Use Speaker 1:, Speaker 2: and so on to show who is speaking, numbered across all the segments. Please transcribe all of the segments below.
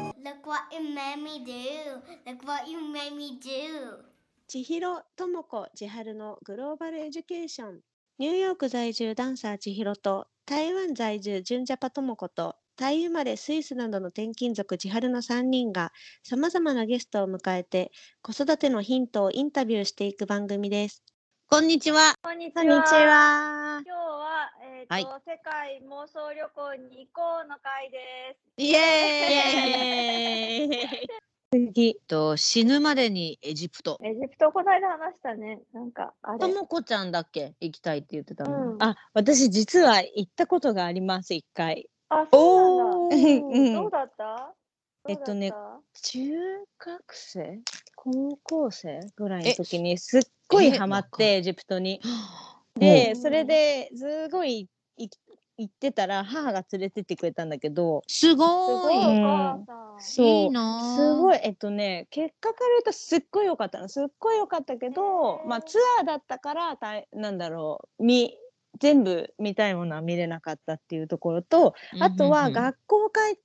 Speaker 1: what you made me do. Look what you made me do.
Speaker 2: 千尋智子千春のグローバルエデュケーションニューヨーク在住ダンサー千尋と台湾在住純ジャパ智子とタイ生まれスイスなどの転勤族千春の3人がさまざまなゲストを迎えて子育てのヒントをインタビューしていく番組です。こんにちは。
Speaker 3: こんにち
Speaker 2: こ
Speaker 3: は。
Speaker 2: んにちは。
Speaker 3: 今日は、えーと
Speaker 4: はい
Speaker 3: 世界妄想旅行に行こうの会です。
Speaker 4: イエーイ
Speaker 2: 次。
Speaker 4: と死ぬまでにエジプト。
Speaker 3: エジプトこの間話したね。なんかあ
Speaker 4: と
Speaker 3: れ。
Speaker 4: もこちゃんだっけ行きたいって言ってたの。
Speaker 3: うん
Speaker 5: あ、私実は行ったことがあります、一回。
Speaker 3: あ、そ
Speaker 5: お
Speaker 3: う
Speaker 5: ー
Speaker 3: なん
Speaker 5: うん
Speaker 3: だ。どうだった？
Speaker 5: えっとね
Speaker 3: どうだっ
Speaker 5: 中学生高校生ぐらいの時にすっごいハマっ
Speaker 4: え
Speaker 5: てエジプト に。
Speaker 3: う
Speaker 5: で、
Speaker 3: ん
Speaker 5: それですごいい行ってたら母が連れてってくれたんだけど、
Speaker 4: す
Speaker 3: た。す
Speaker 4: ご
Speaker 3: ごい
Speaker 4: い。
Speaker 3: お母さ
Speaker 5: そう
Speaker 4: いいな。
Speaker 5: すご
Speaker 4: い。
Speaker 5: い、えっとね、結果から言うとすっごい良かったの。すっごい良かったけど
Speaker 3: へ、ー
Speaker 5: まあツアーだったから、たいなんだろう、み全部見たいものは見れなかったっていうところと、あとは 学校帰っ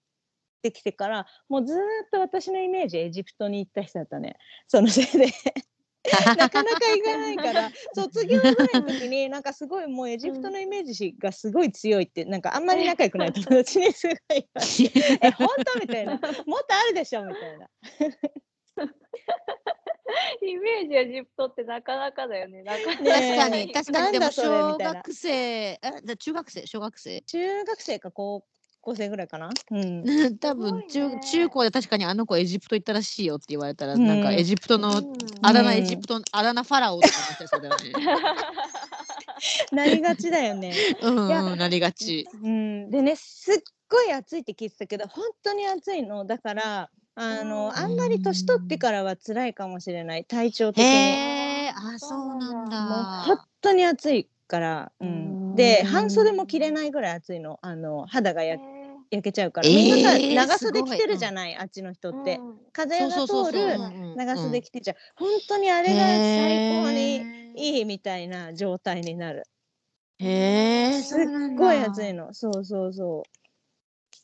Speaker 5: てきてから、もうずーっと私のイメージエジプトに行った人だったね。そのせい でなかなか行かないから卒業ぐらいの時になんかすごいもうエジプトのイメージがすごい強いってなんかあんまり仲良くない友達にすごい言われ てえ本当みたいなもっとあるでしょみたいな。
Speaker 3: ん。イメージエジプトってなかなかだよね。なかなか
Speaker 5: ね
Speaker 4: 確かに確かにで
Speaker 5: なん
Speaker 4: も
Speaker 5: だそれみたいな
Speaker 4: 小学生えじゃあ中学生小学生
Speaker 5: 中学生か高校生ぐらいかな。うん。
Speaker 4: 多
Speaker 3: すご
Speaker 4: 分
Speaker 3: い
Speaker 4: 中
Speaker 3: ね
Speaker 4: 中高で確かにあの子エジプト行ったらしいよって言われたらなんか
Speaker 5: うん
Speaker 4: エジプトの
Speaker 3: う
Speaker 4: あだ名
Speaker 5: うん
Speaker 4: エジプトのあだ名ファラオとかになっちゃいそうだよね。
Speaker 5: なりがちだよね。
Speaker 4: うん
Speaker 5: いや
Speaker 4: うんなりがち。
Speaker 5: うん、でねすっごい暑いって聞いてたけど本当に暑いのだからあ
Speaker 3: う
Speaker 5: の
Speaker 3: ん
Speaker 5: あんまり年取ってからは辛いかもしれない体調的に
Speaker 4: へえあそうなん
Speaker 5: もう
Speaker 4: だ
Speaker 5: 本。当に暑いから、う、
Speaker 4: うんん
Speaker 5: で半袖も着れないぐらい暑いのあの肌がや
Speaker 3: ん。
Speaker 5: 焼けちゃうから、
Speaker 4: えー
Speaker 5: みんなさ長袖
Speaker 4: すご
Speaker 5: 着
Speaker 4: い
Speaker 5: てるじゃない、あっちの人って、風
Speaker 4: そう
Speaker 5: が
Speaker 4: そうそう
Speaker 5: 通
Speaker 4: そう
Speaker 5: る
Speaker 4: うんうん
Speaker 5: 長
Speaker 4: うん
Speaker 5: 袖着てちゃう本当にあれが最高にいいみたいな状態になる
Speaker 4: へえ
Speaker 5: すっごい暑いのそうそうそ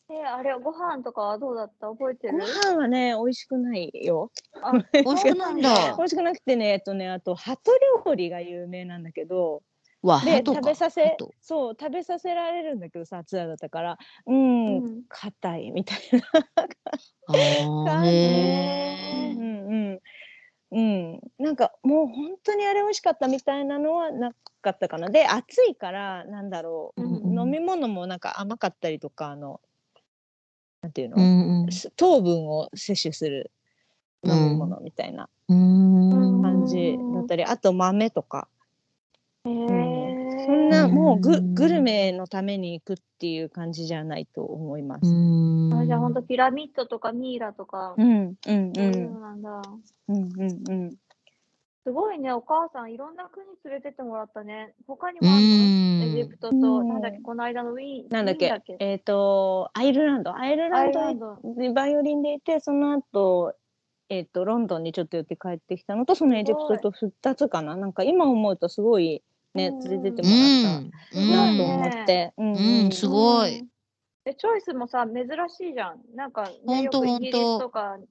Speaker 5: う
Speaker 3: え、あれご飯とかはどうだった？覚えて
Speaker 5: ご
Speaker 3: る？
Speaker 5: 飯はね美味しくないよ
Speaker 3: あ
Speaker 4: 美味しくないんだ
Speaker 5: 美味しくなくてね、えっとね、あと、鳩料理が有名なんだけど、
Speaker 4: わ
Speaker 5: で、
Speaker 4: 鳩か
Speaker 5: 食べさせ
Speaker 4: 鳩、
Speaker 5: そう、食べさせられるんだけどさ、ツアーだったから、う、
Speaker 3: うんん。
Speaker 5: 硬いみたいな。
Speaker 4: あー
Speaker 5: 感じう
Speaker 4: へー
Speaker 5: んうん。うん、なんかもう本当にあれ美味しかったみたいなのはなかったかな。で、暑いから、なんだろ
Speaker 3: う
Speaker 5: う、
Speaker 3: ん
Speaker 5: 飲み物もなんか甘かったりとか、あの、なんていうの、
Speaker 4: うん
Speaker 5: す糖分を摂取する飲み物みたいな
Speaker 4: うん。うーん
Speaker 5: 感じだったり、あと豆とか。
Speaker 3: へえ
Speaker 5: そんなもう
Speaker 4: う
Speaker 5: グ
Speaker 4: ん
Speaker 5: グルメのために行くっていう感じじゃないと思いま
Speaker 4: う
Speaker 5: す。
Speaker 4: ん
Speaker 3: あじゃあ本当ピラミッドとかミイラとか。
Speaker 5: うんうん
Speaker 3: そううんなんだ。
Speaker 5: うんうんうん。
Speaker 3: すごいね、お母さん、いろんな国連れてってもらったね。他に
Speaker 4: う
Speaker 3: もあるのエジ
Speaker 4: ん
Speaker 3: プトと、
Speaker 5: うん
Speaker 3: なんだっけ、この間のウィーン。
Speaker 5: なんだっ
Speaker 3: ウィー
Speaker 5: け
Speaker 3: ンけ
Speaker 5: えっ、とアイルランドアイル
Speaker 3: ア
Speaker 5: ラ
Speaker 3: イ
Speaker 5: ン
Speaker 3: ル
Speaker 5: ド
Speaker 3: ランド。
Speaker 5: でバイオリンでいてその後えっ、とロンドンにちょっと寄って帰ってきたのとそのエジプトと2つかななんか今思うとすごいね
Speaker 3: うん
Speaker 5: 連れてって
Speaker 4: う
Speaker 5: もらっ
Speaker 4: ん
Speaker 5: たなと思って。うん
Speaker 4: うんすごい
Speaker 3: うん。で、チョイスもさ、珍しいじゃん。なんか、ね、
Speaker 4: ほんとほん
Speaker 3: よく
Speaker 4: と
Speaker 3: イギリスとか、ね、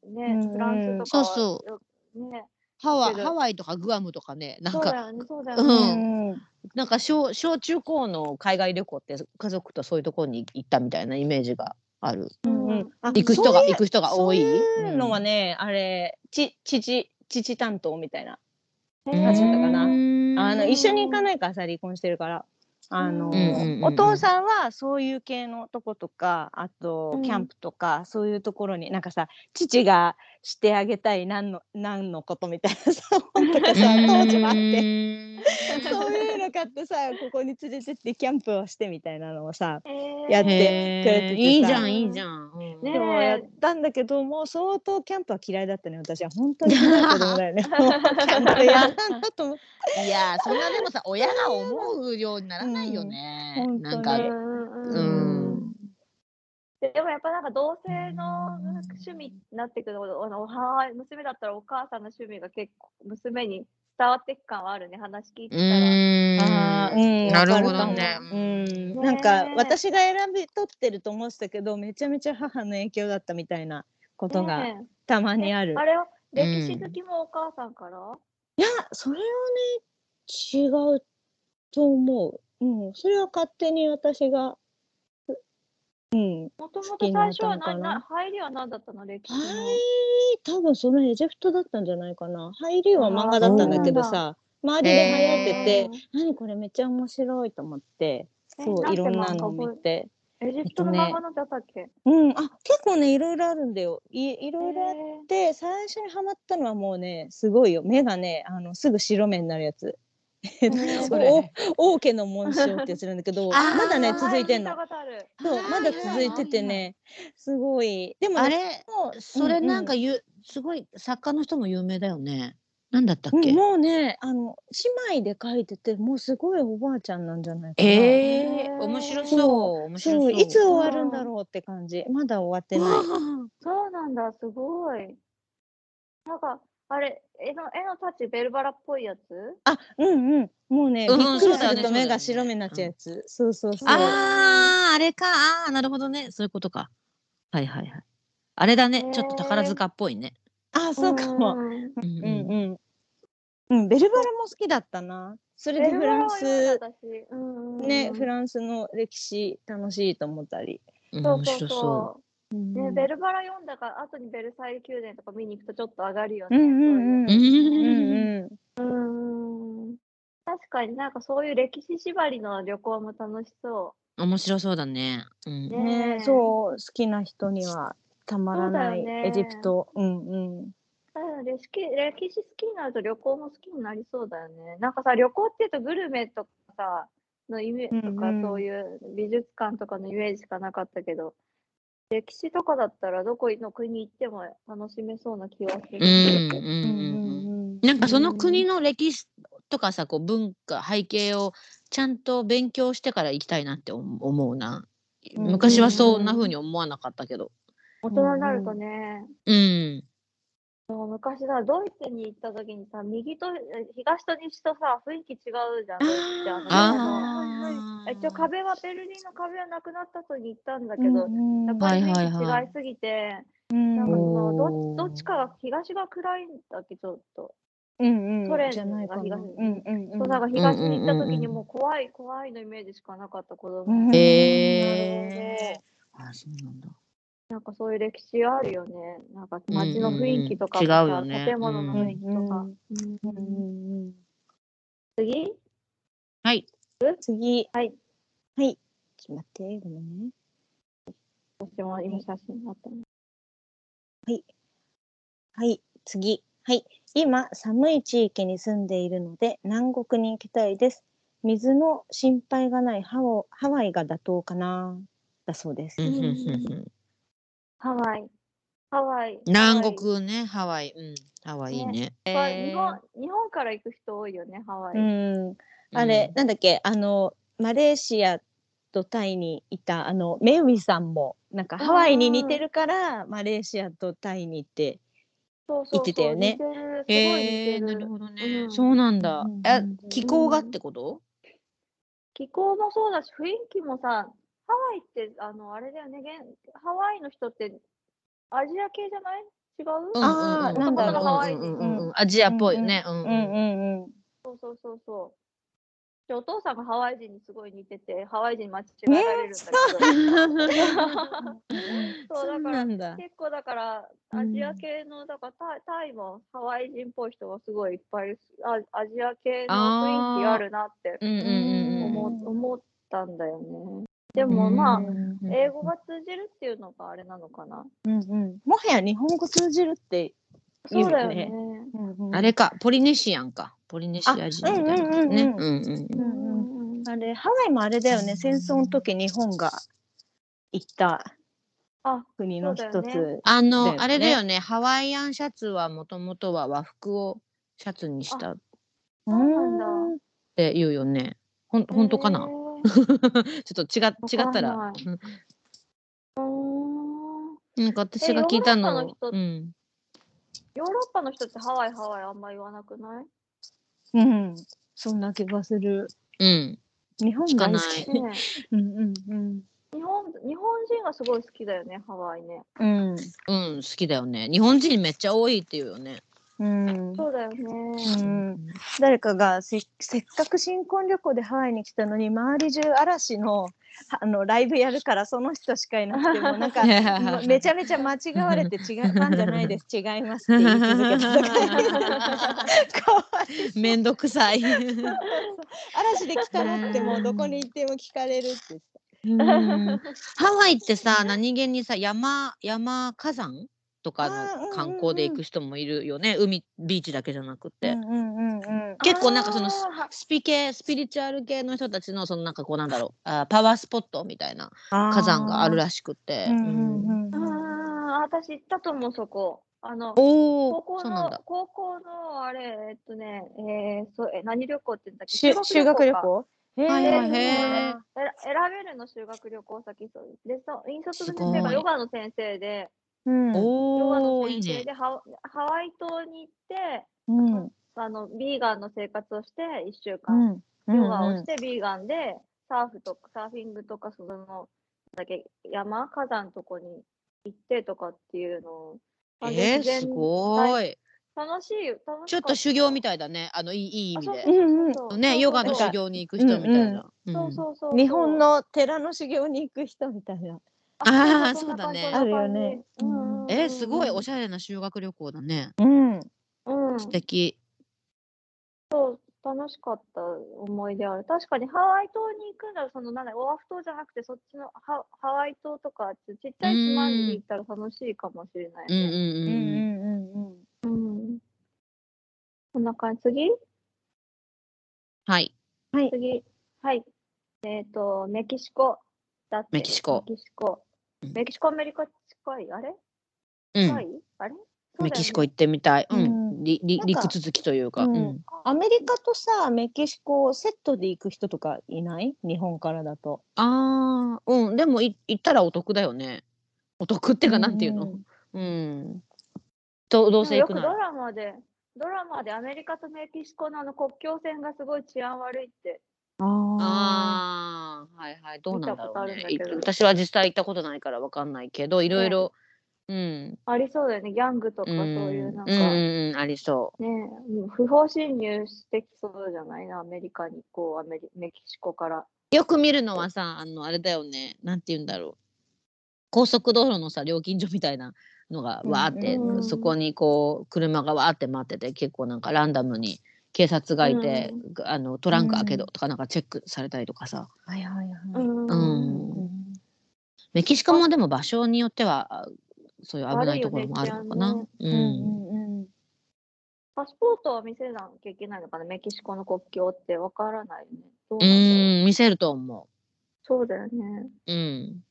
Speaker 3: フランスとか。。
Speaker 4: そうそう
Speaker 3: ね、
Speaker 4: ハワイ
Speaker 3: けど
Speaker 4: ハワイとかグアムとかねな
Speaker 3: そ
Speaker 4: ん
Speaker 3: うだ
Speaker 4: か
Speaker 3: よね、そうだ
Speaker 4: う
Speaker 3: よ
Speaker 5: う
Speaker 3: ね。
Speaker 5: ん
Speaker 4: なんか小小中高の海外旅行って家族とそういうところに行ったみたいなイメージがある
Speaker 5: うんうんあ
Speaker 4: 行く人が行く人が
Speaker 5: そ
Speaker 4: 多
Speaker 5: う
Speaker 4: い
Speaker 5: いうのは
Speaker 4: ね
Speaker 5: ね、あれち父父担当みたいな
Speaker 3: へ
Speaker 5: 感じだったかなあ
Speaker 4: あ
Speaker 5: の一緒に行かないからさ離婚してるからあの、
Speaker 3: うん
Speaker 4: うん
Speaker 3: うん
Speaker 4: うん
Speaker 5: お父さんはそういう系のとことかあと
Speaker 3: うん
Speaker 5: キャンプとか、そういうところになんかさ父がしてあげたい何の何のことみたいなさ本とかさ当時もあって。そういうの買ってさここに連れてってキャンプをしてみたいなのをさ
Speaker 3: えー
Speaker 5: やっ
Speaker 4: へ
Speaker 5: てくれててさ
Speaker 4: ーいいじゃんいいじゃんうん
Speaker 3: ね
Speaker 5: でもやったんだけどもう相当キャンプは嫌いだったね私は本当に嫌いな子供だよねもうキャンプ嫌だなと思って
Speaker 4: いやーそんなでもさ親が思うようにならないよね、
Speaker 5: うん
Speaker 4: なん
Speaker 5: 本
Speaker 4: か
Speaker 5: 当ね
Speaker 3: うんうん
Speaker 4: う
Speaker 3: うん
Speaker 4: ん
Speaker 3: ででもやっぱなんか同性の趣味になってくるのあの母親娘だったらお母さんの趣味が結構娘に伝わっていく感はあるね話聞いてたら。
Speaker 5: あーうん、
Speaker 4: うなる
Speaker 5: わ
Speaker 4: ほ
Speaker 5: かか
Speaker 4: ど
Speaker 5: も
Speaker 4: ね
Speaker 5: うん、
Speaker 3: ね
Speaker 5: なんか私が選び取ってると思ってたけどめちゃめちゃ母の影響だったみたいなことが
Speaker 3: ね
Speaker 5: たまにある。
Speaker 3: えあれは歴史好きもお母さんから、
Speaker 5: いや、それはね、違うと思う。うん、それは勝手に私が。うん、
Speaker 3: もとも
Speaker 5: 好
Speaker 3: と
Speaker 5: き
Speaker 3: 最
Speaker 5: になっ
Speaker 3: 初
Speaker 5: た
Speaker 3: は
Speaker 5: のか
Speaker 3: 何
Speaker 5: な
Speaker 3: な入りは何だったの歴史の。
Speaker 5: 入り、多分そのエジプトだったんじゃないかな。入りは漫画だったんだけどさ、周りで流行って
Speaker 4: へ
Speaker 5: て、何これめっちゃ面白いと思って、
Speaker 3: え
Speaker 5: そう、
Speaker 3: なん
Speaker 5: い
Speaker 3: て
Speaker 5: ろんなの
Speaker 3: 漫画覚
Speaker 5: 見て。
Speaker 3: えエジプトの漫画なんてあったっけ、
Speaker 5: うん、あ、結構ね、いろいろあるんだよ。いいろいろあっ
Speaker 3: え
Speaker 5: て、最初にハマったのはもうね、すごいよ。目がね、あの、すぐ白目になるやつ。えっと
Speaker 3: えー
Speaker 4: それ
Speaker 5: 王家の紋章ってやつなんだけど、
Speaker 1: あー
Speaker 5: まだね、
Speaker 3: ー
Speaker 5: 続いてん
Speaker 3: 聞
Speaker 5: の
Speaker 3: た。ことある
Speaker 5: そう、まだ続いててね、すごい。でも
Speaker 4: あ
Speaker 5: ね、
Speaker 4: れ
Speaker 5: も
Speaker 4: それなんか
Speaker 5: うん
Speaker 4: ゆ、すごい作家の人も有名だよね。なんだったっ
Speaker 5: うん
Speaker 4: け、
Speaker 5: もうね、あの、姉妹で書いてて、もうすごいおばあちゃんなんじゃないかな。
Speaker 4: ええ
Speaker 3: うん
Speaker 4: 面白そう
Speaker 5: そう
Speaker 4: 面白
Speaker 5: そ、
Speaker 4: そうう
Speaker 5: いつ終わるんだろうって感じ。まだ終わってない。
Speaker 3: そうなんだ、すごい。なんか、あれ、絵の、絵のタッチ、ベルバラっぽいやつ
Speaker 5: あ、うんうん。もうね、
Speaker 4: うん
Speaker 5: びっくり
Speaker 3: そうだ
Speaker 5: す
Speaker 3: よね
Speaker 5: ると目が
Speaker 4: そうだよ
Speaker 5: 白
Speaker 4: ね
Speaker 5: 目になっちゃうやつ。そうそうそう。
Speaker 4: あああれかああなるほどねそういうことかはいはいはいあれだね、ちょっと宝塚っぽいね、
Speaker 5: あ、そうかも。
Speaker 3: ん
Speaker 4: うん
Speaker 5: う
Speaker 4: うん
Speaker 5: んうん。うん、ベルバラも好きだったな。それ
Speaker 3: ベ
Speaker 5: で
Speaker 3: ル
Speaker 5: フ
Speaker 3: バ
Speaker 5: ラン
Speaker 3: ラは読んだ
Speaker 5: ス、
Speaker 3: 私。うんうんうん
Speaker 5: ね、フランスの歴史楽しいと思ったり。
Speaker 4: うん、
Speaker 3: そう
Speaker 4: 面
Speaker 3: そう
Speaker 4: 白そう
Speaker 3: そう。ね、ベルバラ読んだから、後にベルサイユ宮殿とか見に行くとちょっと上がるよね。
Speaker 5: うんうん
Speaker 3: そ
Speaker 5: う
Speaker 3: う
Speaker 5: ん
Speaker 3: いう
Speaker 4: う
Speaker 5: う
Speaker 4: ん
Speaker 5: ん。
Speaker 3: うんうん確かになんかそういう歴史縛りの旅行も楽しそ
Speaker 4: 面白そうだね、うん
Speaker 3: う。
Speaker 5: ね
Speaker 3: ね
Speaker 5: そう好きな人にはたまらな
Speaker 3: そ
Speaker 5: いう
Speaker 3: だよね
Speaker 5: エジプトうんうん
Speaker 3: うん歴史歴史好きになると旅行も好きになりそうだよね。なんかさ、旅行っていうとグルメとかさ、のイメージとか、
Speaker 5: うんうん
Speaker 3: そういう美術館とかのイメージしかなかったけど、歴史とかだったらどこの国行っても楽しめそうな気がする。
Speaker 4: うんうん
Speaker 5: う
Speaker 4: うんうん
Speaker 5: ん
Speaker 4: なんかその国の歴史とかさこう文化背景をちゃんと勉強してから行きたいなって思思うな
Speaker 5: うん
Speaker 4: 昔はそんな風に思わなかったけど
Speaker 3: 大人になるとね、
Speaker 4: うん
Speaker 3: もう昔さ、ドイツに行った時にさ、右と東と西とさ、雰囲気違うじゃん。ドイツってあの
Speaker 5: あ
Speaker 4: あ
Speaker 3: 一応壁はベルリンの壁はなくなったとに行ったんだけど、やっ
Speaker 5: う
Speaker 3: ぱり
Speaker 4: はいはいはい
Speaker 3: 雰囲気違いすぎて、
Speaker 5: ん
Speaker 3: なんかその
Speaker 4: おー
Speaker 3: どどっちかが東が暗いんだっけちょっと。
Speaker 5: うんうん
Speaker 3: ソ連
Speaker 5: じゃないかな
Speaker 3: が東
Speaker 5: うんうんう
Speaker 3: そうな
Speaker 5: ん
Speaker 3: んか東に行った時
Speaker 4: うんうんうん
Speaker 3: に
Speaker 4: うん
Speaker 3: もう怖い怖いのイメージしかなかった子
Speaker 5: う
Speaker 3: 供。
Speaker 5: ん
Speaker 4: へえあそうなんだ
Speaker 3: なんかそういう歴史あるよね。なんか街の雰囲気とか
Speaker 4: う
Speaker 3: も
Speaker 4: んう
Speaker 3: さ、
Speaker 4: んうん違うよね
Speaker 3: 建物の雰囲気とか。
Speaker 5: うんうんうん
Speaker 3: 次
Speaker 4: はい
Speaker 5: 次
Speaker 3: はい
Speaker 5: はいちょっと待ってごめんね
Speaker 3: 私も今写真あったね。
Speaker 5: はい、次。はい。今、寒い地域に住んでいるので、南国に行きたいです。水の心配がないハワハワイが妥当かな、だそうです。
Speaker 4: うんうんうんうん
Speaker 3: ハワイ。ハワイ。
Speaker 4: 南国ねハワイうんハワイいいね
Speaker 3: ハワイ。日本日本から行く人多いよね、ハワイ。
Speaker 5: うん。あれ、なんだっけ、あの、マレーシアとタイにいた、あの、メウィさんも、なんか
Speaker 3: あー
Speaker 5: ハワイに似てるから、マレーシアとタイに行って。
Speaker 3: そうそうそう
Speaker 5: 行ってたよね
Speaker 3: 似てるすごい似
Speaker 4: へ
Speaker 3: て
Speaker 4: え
Speaker 3: る。
Speaker 4: なるほどね
Speaker 3: うん
Speaker 4: そうなんだ
Speaker 5: うん
Speaker 4: あ
Speaker 5: うん
Speaker 4: 気候がってこと
Speaker 3: 気候もそうだし、雰囲気もさ、ハワイって、あの、あれだよね、現ハワイの人ってアジア系じゃない違う、
Speaker 4: うん
Speaker 5: あー
Speaker 4: うんうん
Speaker 5: なんだろう
Speaker 4: うんうんうんうんうんアジアっぽいねうん
Speaker 5: う
Speaker 4: う
Speaker 5: ん
Speaker 4: ん
Speaker 5: うんうん。
Speaker 3: そうそうそうそう。でお父さんがハワイ人にすごい似てて、ハワイ人に間違えられるん だけ ど。そうだから
Speaker 4: んだ
Speaker 3: 結構だから、アジア系の、だからタイタイもハワイ人っぽい人がすごいいっぱいいるしあアジア系の雰囲気あるなって
Speaker 4: うんうんうんうん
Speaker 3: 思,、思ったんだよね。でもまあ、英語が通じるっていうのがあれなのかな。
Speaker 5: うんうん。もはや日本語通じるって、言
Speaker 3: そううだ
Speaker 5: よ
Speaker 3: よ
Speaker 5: ね
Speaker 3: ね。
Speaker 5: うんうん
Speaker 4: あれかポリネシアンかポリネシア人みたいなことね
Speaker 5: あうん
Speaker 4: うん
Speaker 5: う
Speaker 4: うん
Speaker 3: うん
Speaker 5: うん
Speaker 3: んうん
Speaker 5: あれ、ハワイもあれだよね、戦争の時日本が行った
Speaker 3: あ、
Speaker 5: 国の
Speaker 3: そ
Speaker 5: 一
Speaker 3: うだ
Speaker 5: つ。
Speaker 3: よね
Speaker 4: あ
Speaker 5: だ
Speaker 4: の、
Speaker 5: よね
Speaker 4: あれだよね、ハワイアンシャツはもともとは和服をシャツにしたっ
Speaker 5: う
Speaker 3: そうなんだ
Speaker 5: ーん
Speaker 4: て言うよね。ほん、本当かな。
Speaker 3: へー
Speaker 4: ちょっと違っ、違ったら。
Speaker 3: わかんなうーん
Speaker 4: なんか私が聞いたの。
Speaker 3: えヨーロッパの人
Speaker 4: うん。
Speaker 3: ヨーロッパの人ってハワイハワイあんま言わなくない
Speaker 5: うん。そんな気がする。
Speaker 4: うん。
Speaker 5: 日本
Speaker 4: 聞か
Speaker 5: が
Speaker 4: な
Speaker 5: 好
Speaker 4: い
Speaker 5: き。
Speaker 3: ね
Speaker 5: うんうんうん。
Speaker 3: 日本日本人がすごい好きだよね、ハワイね。
Speaker 5: うん。
Speaker 4: うん、好きだよね。日本人めっちゃ多いっていうよね。
Speaker 5: うん。
Speaker 3: そうだよね。
Speaker 5: うん、誰かがせせっかく新婚旅行でハワイに来たのに周り中嵐のあのライブやるからその人しかいなくてもう なんか まめちゃめちゃ間違われて違うファンじゃないです違いますって言い続けてた からかわいい
Speaker 4: めんどくさい。
Speaker 5: 嵐で来たのってもうどこに行っても聞かれるって言って
Speaker 4: うんハワイってさ、何気にさ、山、山火山とか
Speaker 5: あーうんうんう
Speaker 4: の
Speaker 5: ん
Speaker 4: 観光で行く人もいるよね。海、ビーチだけじゃなく
Speaker 5: た
Speaker 4: て。
Speaker 5: うんうんうんうん
Speaker 4: 結構なんかその
Speaker 3: あ
Speaker 4: ス
Speaker 3: ー
Speaker 4: スピ系、スピリチュアル系の人たちの、そのなんかこうなんだろう、あーパワースポットみたいな火山があるらしくて。
Speaker 5: うんうん
Speaker 4: うん
Speaker 5: うん
Speaker 3: あー私行ったと思う、そこ。あの、
Speaker 4: お
Speaker 3: 高
Speaker 4: お、
Speaker 3: 校
Speaker 4: そうなん
Speaker 3: の
Speaker 4: だ。、
Speaker 3: 高校の、あれ、えっとね、えー、そうえ何旅行って言うんだっけ
Speaker 5: 修修学旅
Speaker 3: か
Speaker 5: 行へ
Speaker 4: はい
Speaker 5: ー
Speaker 4: はいへー
Speaker 3: えら選べるの修学旅行先そうでその引率の
Speaker 4: す
Speaker 3: 先生
Speaker 4: ご
Speaker 3: が
Speaker 4: い
Speaker 3: ヨガの先生で
Speaker 5: うん
Speaker 3: ヨガ
Speaker 4: お
Speaker 3: の
Speaker 4: お、いい
Speaker 3: 先生
Speaker 4: ね。
Speaker 3: でハワハワイ島に行って
Speaker 5: うん
Speaker 3: あのビーガンの生活をして1週
Speaker 5: う
Speaker 3: 間、
Speaker 5: んうん
Speaker 3: ヨガをしてビーガンでサーフとかサーフィングとかそのだけ山火山のとこに行ってとかっていうのをあの
Speaker 4: えー、
Speaker 3: 自然
Speaker 4: すごい。
Speaker 3: 楽しい楽しかた
Speaker 4: ちょっと修行みたいだね。あの、いいいい意味で
Speaker 3: あ。
Speaker 5: うんうん
Speaker 3: そうそう
Speaker 4: ね、ヨガ
Speaker 5: な
Speaker 4: の
Speaker 5: んか
Speaker 4: 修行に行く人みたいな。
Speaker 3: そうそうそうそう
Speaker 5: 日本の寺の修行に行く人みたいな。
Speaker 4: あー
Speaker 3: んな
Speaker 4: そうだね
Speaker 3: そんな感じ
Speaker 5: あるよね
Speaker 3: うんうん
Speaker 4: えーすごいお
Speaker 3: し
Speaker 4: しゃれな修学旅行だね。
Speaker 5: うん。
Speaker 3: うん
Speaker 4: 素敵。
Speaker 3: 楽しかった思い出ある。確かにハワイ島に行くんだら、そのなんだ、オアフ島じゃなくて、そっちのハハワイ島とか、ちちっちゃい島に行ったら楽しいかもしれない
Speaker 4: うんうん
Speaker 3: ね。
Speaker 5: う
Speaker 4: うん。
Speaker 5: ん
Speaker 3: うん。こんな感じ。次
Speaker 4: はい。
Speaker 3: 次。はい。えっ、と、メキシコだって。
Speaker 4: メキシコ
Speaker 3: メキシコ。メキシコ、アメリカ近いあれ
Speaker 4: う
Speaker 3: 近い、
Speaker 4: ん。
Speaker 3: あれそうだよね
Speaker 4: メキシコ行ってみたい。う。
Speaker 5: うん
Speaker 4: りり
Speaker 5: なんか
Speaker 4: 陸続きというか。
Speaker 5: う
Speaker 4: うんん。
Speaker 5: アメリカとさメキシコセットで行く人とかいない日本からだと。
Speaker 4: ああ、うん。でもい行ったらお得だよね。お得ってかなんていう
Speaker 5: う
Speaker 4: の
Speaker 5: ん。
Speaker 4: うん。とどうせ
Speaker 3: でも
Speaker 4: 行
Speaker 3: よ
Speaker 4: くな
Speaker 3: くド
Speaker 4: ら。
Speaker 3: ラマで、ドラマでアメリカとメキシコのあの国境線がすごい治安悪いって。
Speaker 5: あ
Speaker 4: ああ、はいはい。どうなんだろうね。
Speaker 3: 見たことあるんだけど
Speaker 4: い私は実際行ったことないからわかんないけど、いろいろ。うん。
Speaker 3: ありそうだよね、ギャングとか
Speaker 4: う。
Speaker 3: そうんいうなんか、
Speaker 4: うんう
Speaker 3: ね
Speaker 4: んうん。ありそ
Speaker 3: え、もう不法侵入してきそうじゃないな、アメリカに、こう、アメリメキシコから。
Speaker 4: う。よく見るのはさ、あの、あれだよね。なんて言うんだろう。高速道路のさ、料金所みたいなのがわーって、
Speaker 3: うんうん
Speaker 4: そこにこう、車がわーって待ってて、結構なんかランダムに警察がいて、あの、トランク開けろとかなんかチェックされたりとかさ。
Speaker 5: あ。はいはいは
Speaker 3: う
Speaker 5: い。
Speaker 3: ん
Speaker 4: うんメキシコもでも場所によっては、あそういう危ないところもあるのかな。
Speaker 3: 悪
Speaker 4: う。
Speaker 5: うんんうん
Speaker 3: パスポートは見せなきゃいけないのかな、メキシコの国境ってわからないよね。ど
Speaker 4: う
Speaker 3: うなんだろう。
Speaker 4: ん、見せると思
Speaker 3: そうだよね。
Speaker 4: う。うん。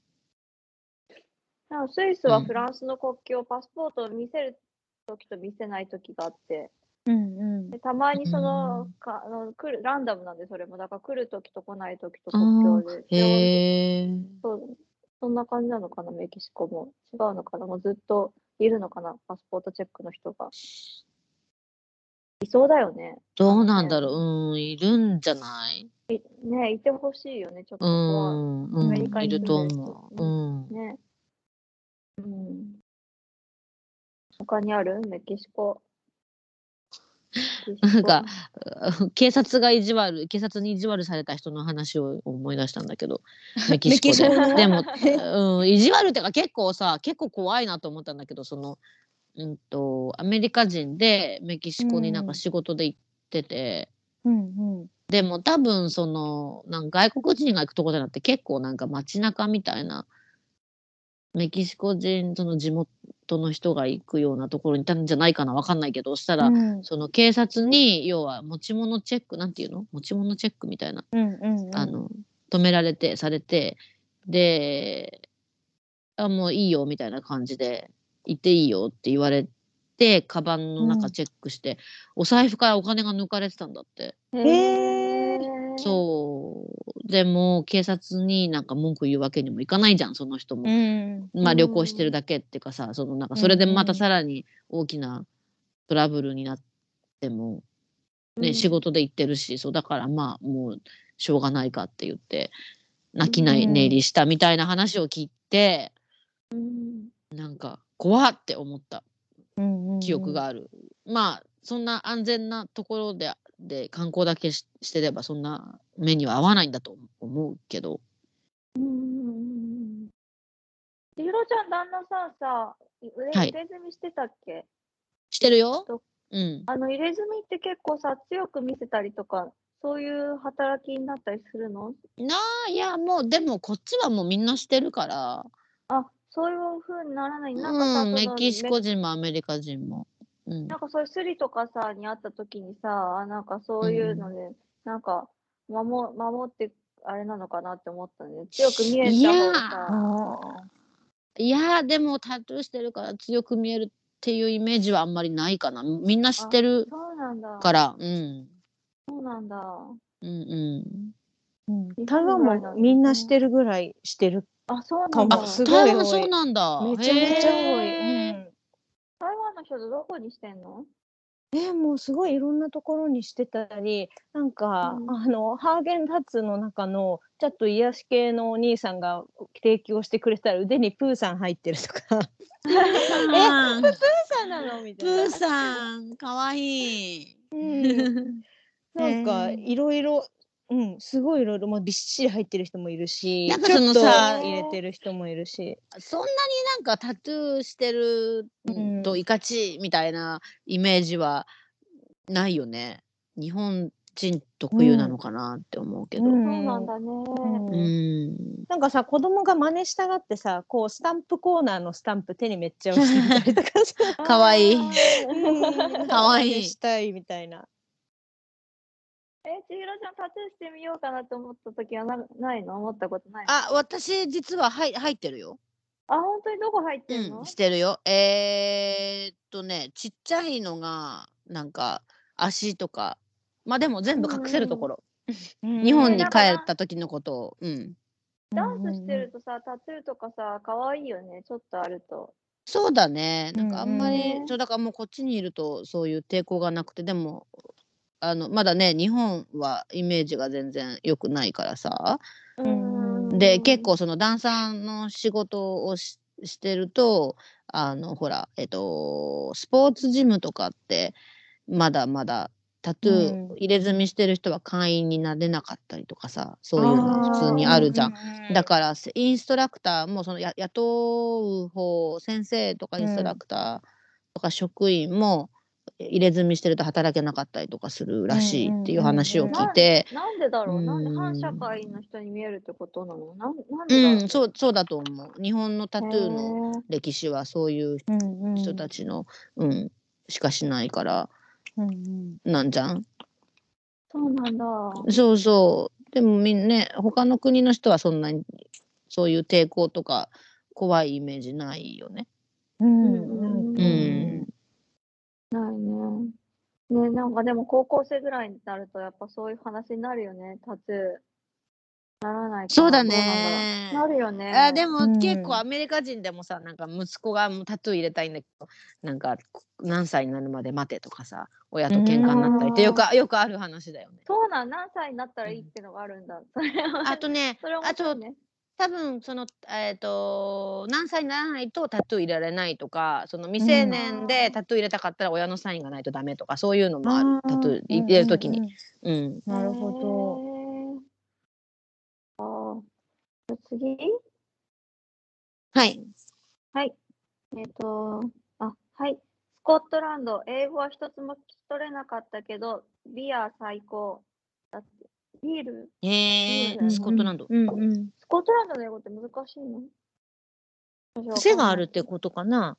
Speaker 3: なんかスイス
Speaker 4: う
Speaker 3: は
Speaker 4: ん
Speaker 3: フランスの国境、パスポートを見せるときと見せないときがあって、
Speaker 5: うんうん
Speaker 3: でたまにそうの
Speaker 4: ん、
Speaker 3: かあの来るランダムなんで、それも、だから来るときと来ないときと
Speaker 4: あー
Speaker 3: 国境で。
Speaker 4: へえ。
Speaker 3: そう、そんな感じなのかな、メキシコも。違うのかな、もうずっといるのかな、パスポートチェックの人が。いそうだよね。
Speaker 4: どうなんだろう。うん、いるんじゃない
Speaker 3: ね、いてほしいよね、ちょっと
Speaker 4: う
Speaker 3: 怖
Speaker 4: ん、
Speaker 3: ア
Speaker 4: う
Speaker 3: メリ
Speaker 4: ん、
Speaker 3: カ
Speaker 4: い
Speaker 3: に
Speaker 4: ると
Speaker 3: 住んでる人
Speaker 4: 思う。うん
Speaker 3: い。ね。うん。他にあるメキシコ。メキシコ
Speaker 4: なんか、 警察が意地悪警察に意地悪された人の話を思い出したんだけ どメキシコで
Speaker 5: メキシコの
Speaker 4: でも、うん、意地悪ってか結構さ結構怖いなと思ったんだけどその、うん、とアメリカ人でメキシコになん
Speaker 5: うん
Speaker 4: か仕事で行ってて、
Speaker 5: うん
Speaker 4: でも多分そのなんか外国人が行くとこじゃなくて結構なんか街中みたいなメキシコ人その地元の人が行くようなところにいたんじゃないかなわかんないけどそしたら、
Speaker 5: うん
Speaker 4: その警察に要は持ち物チェックなんていうの持ち物チェックみたいな、
Speaker 5: うんうん
Speaker 4: あの止められてされてであもういいよみたいな感じで行っていいよって言われてカバンの
Speaker 5: う
Speaker 4: 中
Speaker 5: ん
Speaker 4: チェックして、お財布からお金が抜かれてたんだって
Speaker 3: へー
Speaker 4: そうでも警察になんか文句言うわけにもいかないじゃんその人も
Speaker 5: う、ん
Speaker 4: まあ旅行してるだけっていうかさそのなんかそれでまたさらに大きなトラブルになっても
Speaker 3: う
Speaker 4: ね、
Speaker 3: ん
Speaker 4: 仕事で行ってるしそうだからまあもうしょうがないかって言って泣きない寝入りしたみたいな話を聞いて、なんか怖って思った記憶がある、まあそんな安全なところでで観光だけししてればそんな目には合わないんだと思うけど
Speaker 3: ひろちゃん、旦那さんさ、い入れ
Speaker 4: はい
Speaker 3: 入れ墨してたっけ
Speaker 4: してるよ
Speaker 3: と、
Speaker 4: うん、
Speaker 3: あの入れ墨って結構さ、強く見せたりとか、そういう働きになったりするの
Speaker 4: なあいやもうでもこっちはもうみんなしてるから
Speaker 3: あ、そういう風にならない。なんかさ、
Speaker 4: うん、
Speaker 3: そ
Speaker 4: メ
Speaker 3: の
Speaker 4: キシコ人もアメリカ人も。うん
Speaker 3: なんかそういうスリとかさ、にあった時にさ、なんかそういうので、なんか守、守って、あれなのかなって思ったね。強く見えた方がさ。
Speaker 4: いやーでもタトゥーしてるから強く見えるっていうイメージはあんまりないかなみんな知ってる
Speaker 3: そうなんだ。
Speaker 4: からうん
Speaker 3: そうなんだ。
Speaker 4: うんうん
Speaker 5: 台湾もみんなしてるぐらいしてる。
Speaker 3: あ、そうな
Speaker 5: か
Speaker 3: ん
Speaker 5: も
Speaker 3: だ。
Speaker 4: あ
Speaker 5: すごい
Speaker 4: 台
Speaker 5: 多
Speaker 4: 湾
Speaker 5: い
Speaker 4: そうなんだ
Speaker 5: めちゃめちゃ多
Speaker 4: へ
Speaker 5: い。う
Speaker 4: ー
Speaker 5: ん
Speaker 3: 台湾の人どこにしてんの
Speaker 5: ね、もうすごいいろんなところにしてたりなんか、
Speaker 3: うん
Speaker 5: あのハーゲンダッツの中のちょっと癒し系のお兄さんが提供してくれたら腕にプーさん入ってるとかプー
Speaker 4: あー
Speaker 5: さんなのみた
Speaker 4: プ
Speaker 5: いな
Speaker 4: ーさんかわいい
Speaker 5: うん、なんか
Speaker 4: へー
Speaker 5: いろいろ、うん、すごいいろいろ、まあ、びっしり入ってる人もいるし
Speaker 4: なんか
Speaker 5: ちょ
Speaker 4: その
Speaker 5: っと
Speaker 4: さ
Speaker 5: 入れてる人もいるし
Speaker 4: そんなになんかタトゥーしてる
Speaker 5: うん
Speaker 4: といかちいみたいなイメージはないよね。日本人特有なのかなって思うけど。うん。
Speaker 3: そうなんだね。
Speaker 5: うんなんかさ子供が真似したがってさこうスタンプコーナーのスタンプ手にめっちゃ押してみたりとかさ
Speaker 4: かわいい。
Speaker 5: うん
Speaker 4: かわいい
Speaker 5: 真似したいみたいな。
Speaker 3: え、ちひろちゃんタトゥーしてみようかなと思った時はなないの思ったことないの
Speaker 4: あ、私実ははい入ってるよ。
Speaker 3: あ、本当にどこ入ってん
Speaker 4: うん、
Speaker 3: の
Speaker 4: してるよ。えー、っとね、ちっちゃいのがなんか足とか、まあでも全部隠せるところ。日本に帰った時のことを。うん。
Speaker 3: ダンスしてるとさ、タトゥーとかさ、かわいいよね。ちょっとあると。
Speaker 4: そうだね。なんかあんまり、
Speaker 3: うんうん
Speaker 4: そうだからもうこっちにいるとそういう抵抗がなくてでもあのまだね日本はイメージが全然良くないからさ。
Speaker 5: ん
Speaker 4: で、結構そのダンサーの仕事をししてるとあのほらえっとスポーツジムとかってまだまだタトゥー
Speaker 5: うん
Speaker 4: 入れ墨してる人は会員になれなかったりとかさそういうの普通にあるじゃん。だからせインストラクターもそのや雇う方先生とかインストラクターとか職員もえ入れ墨してると働けなかったりとかするらしいっていう話を聞いて、
Speaker 3: なんでだろうなんで
Speaker 4: うん
Speaker 3: 反社会の人に見えるってことなのなんなん
Speaker 4: う
Speaker 3: でだろ
Speaker 4: ん、そうそうだと思う日本のタトゥーの
Speaker 3: の
Speaker 4: 歴史はそういう人たちの、うんしかしないからなんじゃん
Speaker 3: そうなんだ。
Speaker 4: そうそうでもみんなね他の国の人はそんなにそういう抵抗とか怖いイメージないよね。
Speaker 3: う
Speaker 4: うんん、
Speaker 3: ないね。ね、なんかでも高校生ぐらいになるとやっぱそういう話になるよね、タトゥー。ならないかな
Speaker 4: そうだ
Speaker 3: ど
Speaker 4: ね
Speaker 3: うなんだろうなるよね。
Speaker 4: あでも、
Speaker 5: うん
Speaker 4: 結構アメリカ人でもさなんか息子がもうタトゥー入れたいんだけどなんかこ何歳になるまで待てとかさ親と喧嘩になったりって
Speaker 3: うん
Speaker 4: よくあよくある話だよね。
Speaker 3: そうなん、何歳になったらいいってのがあるんだ。それは
Speaker 4: あとね
Speaker 3: それ面
Speaker 4: あ
Speaker 3: 白
Speaker 4: と
Speaker 3: いね。
Speaker 4: 多分その、えー、と何歳にならないとタトゥー入れられないとかその未成年でタトゥー入れたかったら親のサインがないとダメとかそういうのもあるタトゥー入れるときに。うん
Speaker 5: なるほど。
Speaker 3: ど。あーじゃあ次
Speaker 4: はい
Speaker 3: はい。えっ、と、あ、はい。スコットランド、英語は一つも聞き取れなかったけど、ビア最高。だって、ビール
Speaker 4: へえ
Speaker 3: うん
Speaker 4: スコットランド。
Speaker 5: うんうん
Speaker 3: スコットランドの英語って難しいの
Speaker 4: 癖があるってことかな。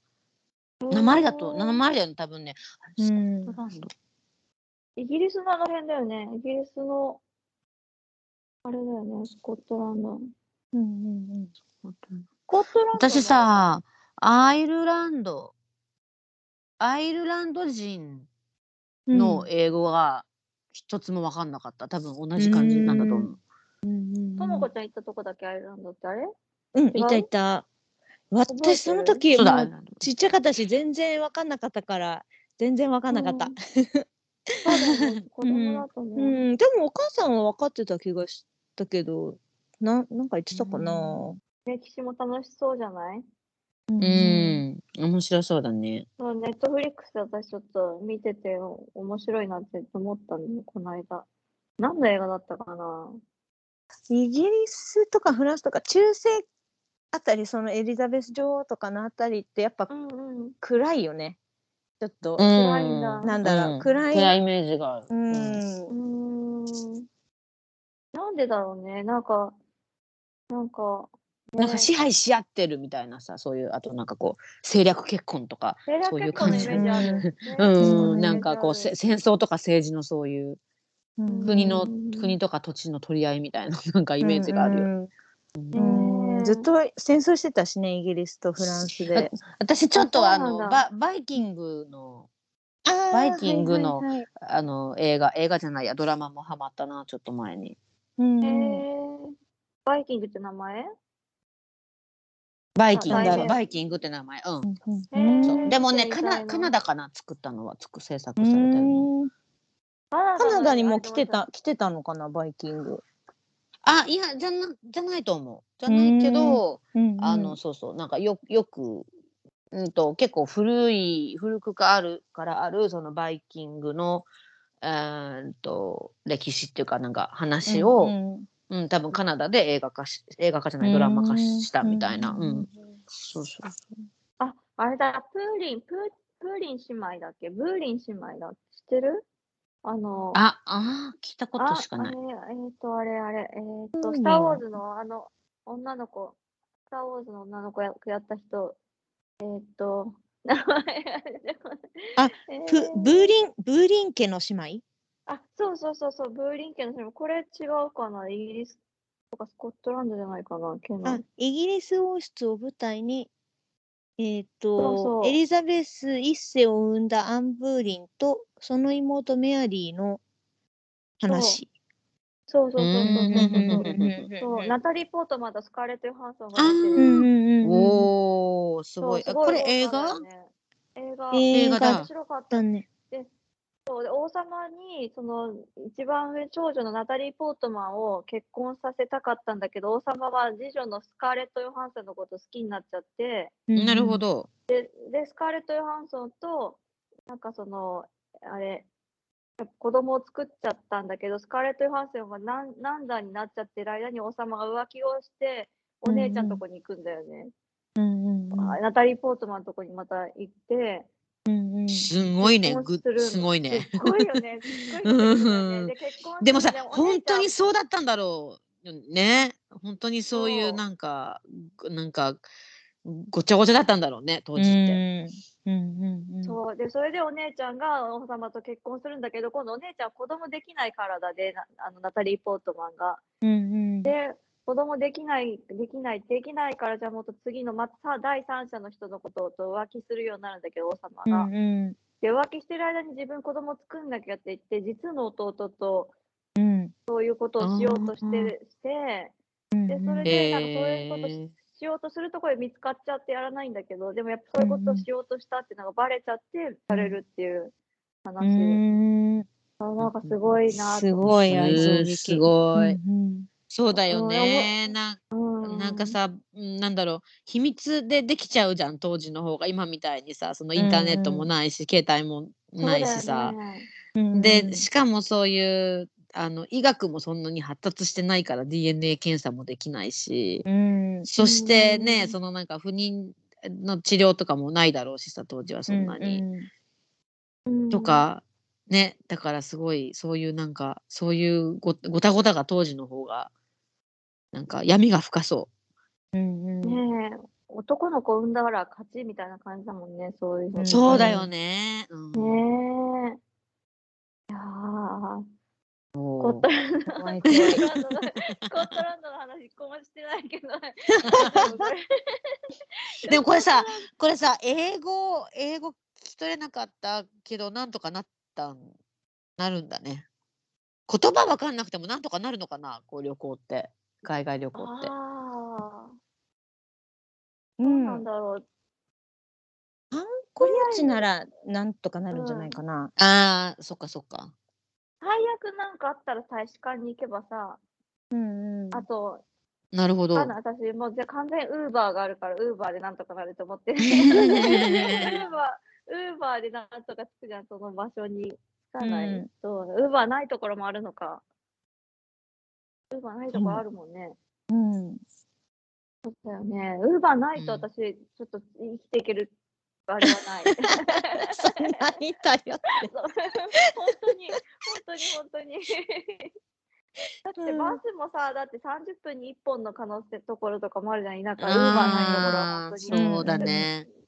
Speaker 4: 名前だと名前だよね多分ね。
Speaker 5: う
Speaker 4: スコ
Speaker 5: ん
Speaker 4: ットランド
Speaker 3: イギリスのあの辺だよね。イギリスの、あれだよね、スコットランド。ス
Speaker 5: うん
Speaker 3: コットランドの
Speaker 4: 私、さアイルランドアイルランド人
Speaker 5: うん
Speaker 4: の英語が一つも分かんなかった多分同じ感じなんだと思う。
Speaker 3: ともこちゃん行ったとこだけアイルランドってあれ
Speaker 5: うん、いたいた。
Speaker 3: 覚えてる
Speaker 5: 私その時
Speaker 4: そう
Speaker 5: も
Speaker 4: だ
Speaker 5: うちっちゃかったし全然わかんなかったから全然わかんなか った。
Speaker 3: そうだよね、子供だとね。
Speaker 5: うん、でもお母さんは分かってた気がしたけど、ななんか言ってたかな。
Speaker 3: 歴史も楽しそうじゃない
Speaker 4: うんうん面白そうだね
Speaker 3: そう、ネットフリックスで私ちょっと見ててお面白いなって思ったんで、この間。何の映画だったかな
Speaker 5: イギリスとかフランスとか中世あたりそのエリザベス女王とかのあたりってやっぱ
Speaker 3: うんうん。
Speaker 5: 暗いよね。ちょっと、
Speaker 3: 暗いんだ
Speaker 4: う
Speaker 5: なんだろう、
Speaker 4: うん
Speaker 5: 暗い。
Speaker 4: 暗いイメージがある、
Speaker 5: うん。
Speaker 3: うーん。なんでだろうね。なんか、なんか、
Speaker 4: なんか支配し合ってるみたいなさそういうあとなんかこう政略結婚とか
Speaker 3: セーラー
Speaker 4: そういう
Speaker 3: 結構の
Speaker 4: 感
Speaker 3: イ
Speaker 4: じ
Speaker 3: メージある。
Speaker 4: う、
Speaker 5: うんん
Speaker 4: なんかこうせ戦争とか政治のそういう
Speaker 5: うん
Speaker 4: 国の
Speaker 3: うん
Speaker 4: 国とか土地の取り合いみたいななんかイメージがあるよ。
Speaker 3: う
Speaker 5: うんずっと戦争してたしねイギリスとフランスで。
Speaker 4: 私ちょっと
Speaker 3: あ
Speaker 4: あ
Speaker 3: そうなん
Speaker 4: の
Speaker 3: だ
Speaker 4: ババイキングの
Speaker 5: バ
Speaker 4: バイキングのあの映画映画じゃないやドラマもハマったなちょっと前に。
Speaker 3: へーバイキングって名前
Speaker 4: バイキン
Speaker 5: あ
Speaker 4: グ
Speaker 5: 題名
Speaker 4: そうバイキングって名前うん。
Speaker 3: うん
Speaker 4: そうでもね
Speaker 3: 見て
Speaker 4: カ
Speaker 3: みた
Speaker 4: ナ
Speaker 3: いな
Speaker 4: カナダかな作ったのは作制作されてるの。
Speaker 3: カ
Speaker 5: カナダにも来てた。来てたのかなバイキング。
Speaker 4: あいやじゃなじゃないと思うじゃないけど。あの、そうそうなんかよよく、うん、と結構古い古くからあるからあるそのバイキングの、えー、と歴史っていうかなんか話を、うん多分カナダで映画化し映画化じゃないドラマ化したみたいな、うんそうそう
Speaker 3: あ、あれだ、プーリン、プープーリン姉妹だっけブーリン姉妹だっけ知ってるあの、
Speaker 4: ああー聞いたこと
Speaker 3: あ、
Speaker 4: しかない
Speaker 3: あれ、えっ、と、あれ、あれ、えっ、と、
Speaker 5: うん
Speaker 3: スター・ウォーズのあの、女の子、スター・ウォーズの女の子ややった人、えっ、と、名前が出てこない
Speaker 5: あ、
Speaker 3: え
Speaker 5: プブーリンブーリン家の姉妹。
Speaker 3: あ、そうそうそうそう、ブーリン家の人も、これ違うかな、イギリスとかスコットランドじゃないかな、家の。
Speaker 5: あイギリス王室を舞台に、えーと
Speaker 3: そうそう
Speaker 5: エリザベス一世を生んだアン・ブーリンとその妹メアリーの話。
Speaker 3: そうそうそうそうそうそう
Speaker 4: うんうんうん
Speaker 3: そう、ナタリー・ポートマンとスカーレット・ヨハンソンが
Speaker 5: う
Speaker 3: 出て
Speaker 5: ん
Speaker 3: る。
Speaker 5: うんうんうん
Speaker 4: おーす
Speaker 3: そ
Speaker 4: ご
Speaker 3: う
Speaker 4: い
Speaker 3: す
Speaker 4: あこれ
Speaker 3: 豪華
Speaker 4: 映
Speaker 3: だ
Speaker 4: 画
Speaker 3: よね映画
Speaker 5: 映
Speaker 4: 画だ
Speaker 3: 面白かった
Speaker 5: だ。ね。
Speaker 3: そうで王様にその一番上長女のナタリー・ポートマンを結婚させたかったんだけど王様は次女のスカーレット・ヨハンソンのこと好きになっちゃって
Speaker 4: なるほど
Speaker 3: でスカーレット・ヨハンソンとなんかそのあれ子供を作っちゃったんだけどスカーレット・ヨハンソンが難難産になっちゃってる間に王様が浮気をしてお姉ちゃんのとこに行くんだよね、
Speaker 5: うんうんうん。
Speaker 3: あナタリー・ポートマンのとこにまた行って。
Speaker 5: うんうん
Speaker 4: すごいね
Speaker 3: 結婚
Speaker 4: ぐ
Speaker 3: する
Speaker 4: すごいね
Speaker 3: すっごいよね。すっごいことですよ
Speaker 4: うん
Speaker 3: ね。で結婚
Speaker 4: でもさ
Speaker 3: するんだよお姉
Speaker 4: 本
Speaker 3: ちゃん
Speaker 4: 当にそうだったんだろうよね本当にそうい
Speaker 3: そうう
Speaker 4: なんかごなんかごちゃごちゃだったんだろうね当時って。
Speaker 5: うんうんうん
Speaker 3: そうでそれでお姉ちゃんが王様と結婚するんだけど今度お姉ちゃんは子供できない体でなあのナタリー・ポートマンが
Speaker 5: うんうん
Speaker 3: 子供できないできないできないからじゃあもっと次のまた第三者の人のことと浮気するようになるんだけど王様
Speaker 5: う
Speaker 3: が。
Speaker 5: んうん
Speaker 3: で浮気してる間に自分子供作んなきゃって言って実の弟と
Speaker 5: うん
Speaker 3: そういうことをしようとしてるして。
Speaker 5: うん
Speaker 3: でそれ
Speaker 4: へ
Speaker 3: で
Speaker 4: ー
Speaker 3: なんかそういうことししようとするところで見つかっちゃってやらないんだけどでもやっぱそういうことをしようとしたっていうのがバレちゃってされるっていう
Speaker 5: う
Speaker 3: 話、
Speaker 5: ん
Speaker 3: あなんかすごいな
Speaker 5: す
Speaker 3: と、
Speaker 5: ごい愛
Speaker 4: う
Speaker 5: 憎
Speaker 4: ん
Speaker 5: 劇。
Speaker 4: すごい、
Speaker 5: うん
Speaker 4: そうだよねな
Speaker 3: うん、
Speaker 4: なんかさうんなんだろう秘密でできちゃうじゃん当時の方が今みたいにさそのインターネットもないし、携帯もないしさ、
Speaker 5: うんうん
Speaker 4: でしかもそういうあの医学もそんなに発達してないから DNA 検査もできないし。
Speaker 5: うん
Speaker 4: そして
Speaker 3: う
Speaker 4: ね、
Speaker 3: ん
Speaker 4: そのなんか不妊の治療とかもないだろうしさ、当時はそんなに。
Speaker 5: うんうん
Speaker 3: うん
Speaker 4: とか、ね、だからすごい、そういうなんか、そういうごごたごたが当時の方が、なんか闇が深そ
Speaker 5: うんう ん
Speaker 3: ねえ男の子産んだから勝ちみたいな感じだもんねそういうの、
Speaker 5: う
Speaker 4: う。
Speaker 5: ん
Speaker 4: そうだよね。うん。
Speaker 3: ねえいやー
Speaker 4: も
Speaker 3: コ
Speaker 4: う
Speaker 3: ットランドの
Speaker 5: 怖い
Speaker 3: コ
Speaker 5: 怖い
Speaker 3: ットランドの コットランドの話一個もしてない けどでもこれ
Speaker 4: でもこれさ、これさ、英語、英語聞き取れなかったけど、なんとかなったん、なるんだね。言葉わかんなくてもなんとかなるのかな、こう旅行って。海外旅行って。
Speaker 3: ああ
Speaker 5: う
Speaker 3: どうなん
Speaker 5: ん
Speaker 3: だろう、
Speaker 5: こっちならなんとかなるんじゃないかな。
Speaker 4: ああ、そっかそっか。
Speaker 3: 最悪なんかあったら大使館に行けばさ、
Speaker 5: うんうん
Speaker 3: あと、
Speaker 4: なるほど
Speaker 3: た。だ私もうじゃあ完全ウーバーがあるからウーバーでなんとかなると思ってるウーバーウーバーでなんとかつくじゃんその場所につかな
Speaker 5: う
Speaker 3: いと、ウーバーないところもあるのかウーバーないところあるもんね、
Speaker 5: うん。
Speaker 3: だよねウーバーないと
Speaker 4: うん
Speaker 3: 私ちょっと生きていけるあれはない
Speaker 4: そんなにだよ。
Speaker 3: そう 本当に本当に本当に だってバスもさだって30分に1本の可能性ところとかもあるじゃん田舎ウーバーないところは
Speaker 4: あ
Speaker 3: 本
Speaker 4: ー
Speaker 3: 当に
Speaker 4: そうだね。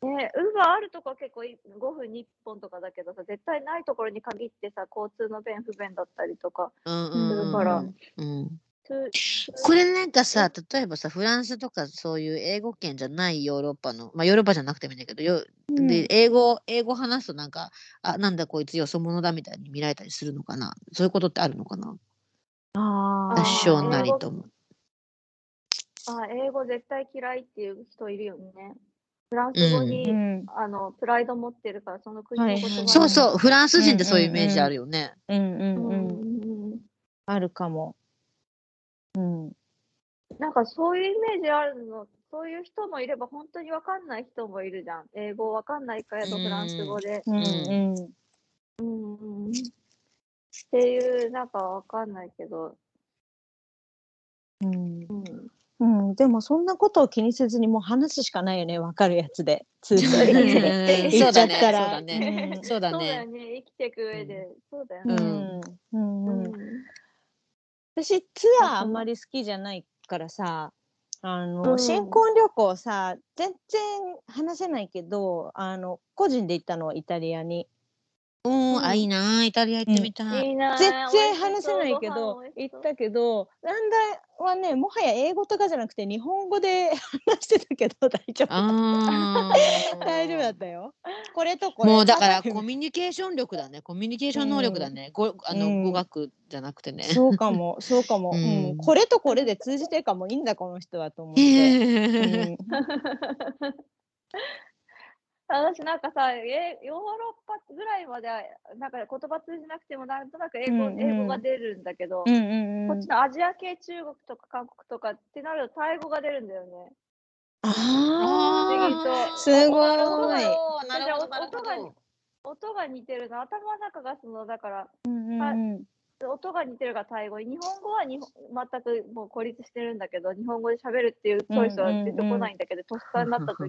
Speaker 3: ねウーバーあるとこは結構い5分に1本とかだけどさ絶対ないところに限ってさ交通の便不便だったりとか
Speaker 4: うんうんうんうん
Speaker 3: するから
Speaker 4: うん
Speaker 3: そう
Speaker 4: これなんかさ、例えばさ、フランスとかそういう英語圏じゃないヨーロッパの、まあヨーロッパじゃなくてもいいんだけど、よで 英語、英語話すとなんか、あ、なんだこいつよそ者だみたいに見られたりするのかな。そういうことってあるのかな。
Speaker 2: あ
Speaker 3: ー
Speaker 4: 多少な
Speaker 3: 英
Speaker 4: り
Speaker 3: 語
Speaker 4: とも。
Speaker 3: あ英語絶対嫌いっていう人いるよねフランス語に、
Speaker 5: うん。
Speaker 3: あのプライド持ってるからその国の言葉
Speaker 5: はい
Speaker 3: に
Speaker 4: そうそう、フランス人ってそういうイメージあるよね。
Speaker 5: うんう
Speaker 3: うん
Speaker 5: ん
Speaker 3: う
Speaker 5: うん。
Speaker 3: んうん
Speaker 5: あるかも。うん。
Speaker 3: なんかそういうイメージあるの、そういう人もいれば本当に分かんない人もいるじゃん。英語分かんないからと
Speaker 4: うん
Speaker 3: フランス語で。
Speaker 5: うんう
Speaker 4: う
Speaker 5: ん。
Speaker 3: うんうんうんっていう、なんか分かんないけど。
Speaker 5: うん
Speaker 3: うん、
Speaker 5: うん、でもそんなことを気にせずにもう話すしかないよね、わかるやつで。通じるやつで。
Speaker 4: うん
Speaker 5: 言
Speaker 4: そ
Speaker 5: っ
Speaker 4: う
Speaker 5: ちゃ
Speaker 4: だ
Speaker 5: っ
Speaker 4: ね、
Speaker 5: た
Speaker 4: そう
Speaker 5: ら
Speaker 4: だね。そうだ
Speaker 3: そうだよ
Speaker 4: ね。
Speaker 3: ね、生きていく上で。そうだよ
Speaker 5: う
Speaker 3: ね。
Speaker 5: ん。うん。うん、
Speaker 3: うん
Speaker 5: 私、ツアーあんまり好きじゃないからさ、あの、
Speaker 3: うん
Speaker 5: 新婚旅行さ、全然話せないけど、あの、個人で行ったの、イタリアに。
Speaker 4: うん、あ、いいな、イタリア行ってみたい。
Speaker 3: いいなあ
Speaker 5: 全然話せないけど
Speaker 3: 美味し
Speaker 5: 行
Speaker 3: そう
Speaker 5: ったけどなんだはねもはや英語とかじゃなくて日本語で 話してたけど大丈夫
Speaker 4: ああ。
Speaker 5: 大丈夫だったよこれとこれ
Speaker 4: もうだから
Speaker 5: パパ
Speaker 4: コミュニケーション力だね、コミュニケーション能力だね、ごあの、
Speaker 5: うん
Speaker 4: 語学じゃなくてね。
Speaker 5: そうかもそうかも、
Speaker 4: う
Speaker 5: うんんこれとこれで通じてるかもいいんだこの人はと思って、
Speaker 4: ええ
Speaker 5: うん
Speaker 3: 私なんかさ、えヨーロッパぐらいまではなんか言葉通じなくてもなんとなく英語,、
Speaker 5: うんうん
Speaker 3: 英語が出るんだけど、
Speaker 5: うんうんう
Speaker 3: こっ
Speaker 5: ん
Speaker 3: ちのアジア系中国とか韓国とかってなるとタイ語が出るんだよね。
Speaker 5: あ
Speaker 3: 不思議と
Speaker 5: すごい
Speaker 3: なるほど
Speaker 4: なるほど、なるほ
Speaker 3: じゃあ音
Speaker 4: ど
Speaker 3: が。音が似てるの頭の中がそのだから
Speaker 5: ーうんうんうん
Speaker 3: 音が似てるがタイ語日本語は日本全くもう孤立してるんだけど日本語で喋るっていうチョイスは出てこないんだけど、とっさになった時に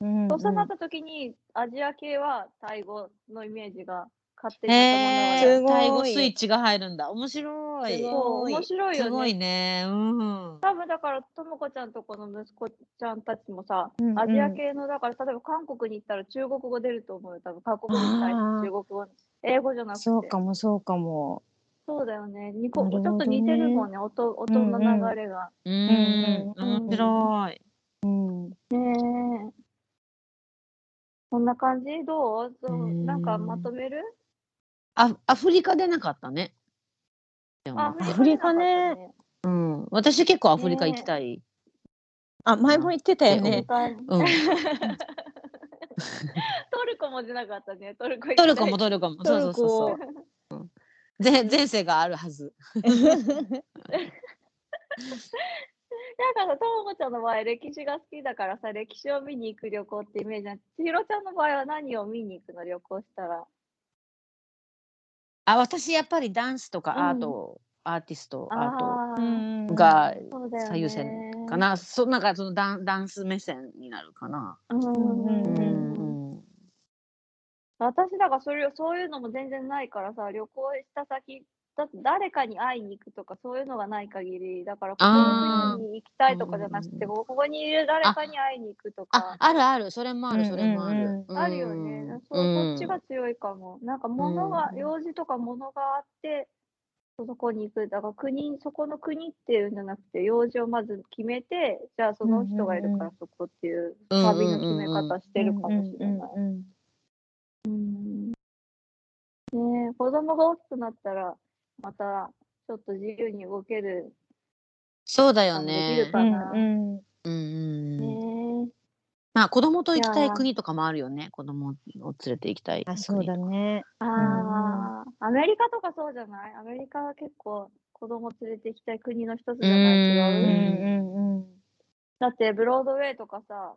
Speaker 5: うんうん
Speaker 3: とっさになった時にアジア系はタイ語のイメージが勝手に
Speaker 4: え
Speaker 5: す
Speaker 4: ー、
Speaker 3: 頭の中で
Speaker 5: ごい
Speaker 4: タイ語スイッチが入るんだ。面白い。
Speaker 5: すご
Speaker 3: そう面白い
Speaker 4: す
Speaker 3: よ
Speaker 4: ご
Speaker 3: ね
Speaker 4: いね。うん。
Speaker 3: 多分だからともこちゃんとこの息子ちゃんたちもさ、
Speaker 5: うんうん
Speaker 3: アジア系のだから例えば韓国に行ったら中国語出ると思うよ多分韓国に対して中国語英語じゃなくて
Speaker 5: そうかもそうかも
Speaker 3: そうだよねにこ
Speaker 5: なるほ
Speaker 3: ち
Speaker 5: ど
Speaker 3: ょっ
Speaker 5: ね
Speaker 3: と似てるもんね音音の流れが、
Speaker 4: う
Speaker 5: うん
Speaker 4: ん。面白い。
Speaker 5: うん
Speaker 3: ねえこんな感じどうそう
Speaker 4: ねえ
Speaker 3: なんかまとめる
Speaker 4: あ、アフリカ出なかったね。
Speaker 3: あ
Speaker 5: アフリカね
Speaker 4: うん。私結構アフリカ行きたい。
Speaker 5: あ前も言ってたよ
Speaker 3: アフ
Speaker 5: ね
Speaker 3: リカね
Speaker 4: うん
Speaker 3: トルコも出なかったねトルコ行きた
Speaker 4: ト
Speaker 3: い
Speaker 4: ルコもトルコも。そうそうそうそう。前前世があるはず。
Speaker 3: なんかさ、ともこちゃんの場合、歴史が好きだからさ、歴史を見に行く旅行ってイメージなんだけど、ちひろちゃんの場合は何を見に行くの旅行したら。
Speaker 4: あ、私やっぱりダンスとかアートを、アーティスト、アート
Speaker 3: ああ、
Speaker 4: が
Speaker 3: そうだよね。
Speaker 4: 最優先か。な。そなんかそのダンダンス目線になるかな。
Speaker 3: うんう
Speaker 4: う
Speaker 3: んうんんうん。
Speaker 4: うん
Speaker 3: 私だからそれを、そういうのも全然ないからさ、旅行した先、だって誰かに会いに行くとかそういうのがない限り、だからここ
Speaker 4: あー
Speaker 3: の国に行きたいとかじゃなくて、
Speaker 4: うん
Speaker 3: ここにいる誰かに会いに行くと
Speaker 4: あ
Speaker 3: か、。
Speaker 4: あるある、それもあ
Speaker 5: う
Speaker 4: る、
Speaker 5: ん
Speaker 4: それもあ
Speaker 5: う
Speaker 4: る
Speaker 5: ん。
Speaker 3: あるよね。そう、そっちが強いかも。なんか物が、
Speaker 4: うん
Speaker 3: 用事とか物があって、そこに行く。だから国、そこの国っていうんじゃなくて、用事をまず決めて、じゃあその人がいるからそこっていう
Speaker 4: うん
Speaker 3: 旅の決め方してるかもしれない。
Speaker 5: うんうん
Speaker 3: ねえ子供が大きくなったら、またちょっと自由に動ける。
Speaker 4: そうだよ
Speaker 3: あのでき
Speaker 4: ね
Speaker 3: る
Speaker 5: う
Speaker 3: か。
Speaker 5: んうん
Speaker 4: うんうん
Speaker 3: ね
Speaker 4: うん
Speaker 3: え
Speaker 4: まあ子供と行きた
Speaker 3: い
Speaker 4: い
Speaker 3: やー
Speaker 4: 国とかもあるよね。子供を連れて行きたい。
Speaker 5: あそうだ。ね。
Speaker 3: ああ、アメリカとかそうじゃないアメリカは結構子子供連れて行きたい国の一つじゃない違う
Speaker 5: うん
Speaker 4: う。
Speaker 5: うんうん。
Speaker 3: だってブロードウェイとかさ、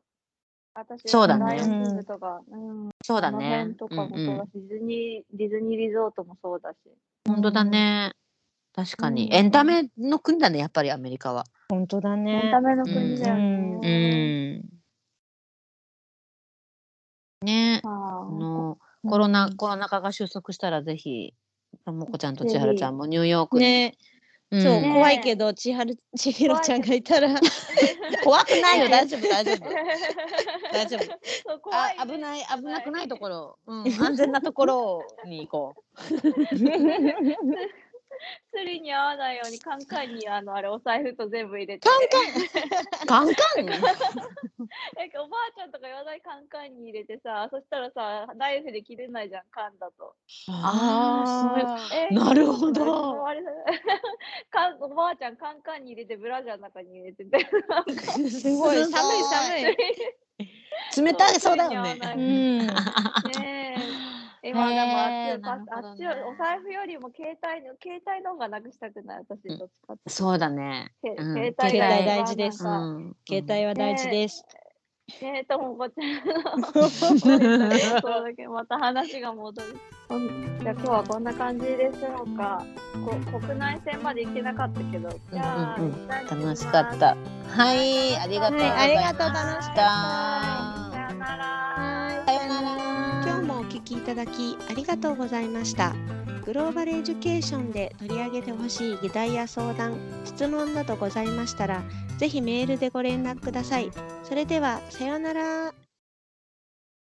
Speaker 3: 私
Speaker 4: そうだね
Speaker 3: ライオンキングとか、うん、
Speaker 4: そうだ
Speaker 3: あの
Speaker 4: ね
Speaker 3: 辺と。か
Speaker 4: うん
Speaker 3: もそうだ
Speaker 4: う
Speaker 3: し、ディズニー、ディズニーリゾートもそうだし。
Speaker 4: ん。本当だね。確か
Speaker 3: う
Speaker 4: に。
Speaker 3: ん
Speaker 4: エンタメの国だね、やっぱりアメリカは。
Speaker 5: 本当だ
Speaker 3: エン
Speaker 5: ね
Speaker 3: タ。メの国だよ
Speaker 4: う
Speaker 3: ね。
Speaker 4: ん。ね
Speaker 3: う
Speaker 4: あ
Speaker 3: ん
Speaker 4: の、コロナ、
Speaker 5: うん
Speaker 4: コロナ禍が収束したらぜひ、ともこちゃんと
Speaker 3: ぜひ
Speaker 4: 千春ちゃんもニューヨークに。
Speaker 5: ね、
Speaker 4: うん
Speaker 5: そう、
Speaker 3: ね
Speaker 5: 怖いけど、千春、千尋ちゃんがいたら。
Speaker 4: 怖くない よ、大丈夫、大丈夫。大
Speaker 3: 大
Speaker 4: 丈夫。
Speaker 3: そう怖
Speaker 4: あ
Speaker 3: いね、
Speaker 4: 危ない、危なくないところ、うん
Speaker 5: い、
Speaker 4: 安全なところに行こ
Speaker 3: スリに合わないようにカンカンにあのあれお財布と全部入れて
Speaker 4: カンう。カンカン
Speaker 3: なんかおばあちゃんとか言わないカンカンに入れてさそしたらさナイフで切れないじゃんカンだと
Speaker 4: あ
Speaker 5: あ
Speaker 3: えー
Speaker 4: なるほど
Speaker 3: ちょっとあれだカンおばあちゃんカンカンに入れてブラジャーの中に入れてて
Speaker 5: ー、すごい、
Speaker 4: すご
Speaker 5: 寒
Speaker 4: い
Speaker 5: い、寒い。
Speaker 4: ー冷たいそうだよね。
Speaker 3: そう
Speaker 5: うん。
Speaker 3: ねえ今でもあっ
Speaker 4: へ
Speaker 3: ち
Speaker 4: ー
Speaker 3: パ
Speaker 4: なるほ
Speaker 3: あ
Speaker 4: ど
Speaker 3: っち
Speaker 4: ね
Speaker 3: よお財布よりも携帯の携帯の方がなくしたくない私
Speaker 4: うん
Speaker 3: どっちかって
Speaker 4: そうだね。
Speaker 3: け
Speaker 4: うん
Speaker 3: 携帯が
Speaker 4: 携帯
Speaker 3: 一番
Speaker 5: 大事です
Speaker 4: う
Speaker 3: なんか
Speaker 4: ん。
Speaker 5: 携帯は大事です。
Speaker 3: ねえともこちゃんの
Speaker 4: うん。
Speaker 3: そうだけどまた話が戻る。ほんじゃあ今日はこんな感じでしょうか。こ国内線まで行けなかったけど、じゃあ、
Speaker 4: うんうん
Speaker 3: 一旦行きま
Speaker 4: 楽
Speaker 3: す
Speaker 4: しかっ。た。はい、ありがとうございました。
Speaker 5: はいありがとう楽し
Speaker 3: はいさよなら。
Speaker 4: さよなら。
Speaker 2: 今日もお聞きいただきありがとうございましたグローバルエデュケーションで取り上げてほしい議題や相談質問などございましたらぜひメールでご連絡くださいそれではさようなら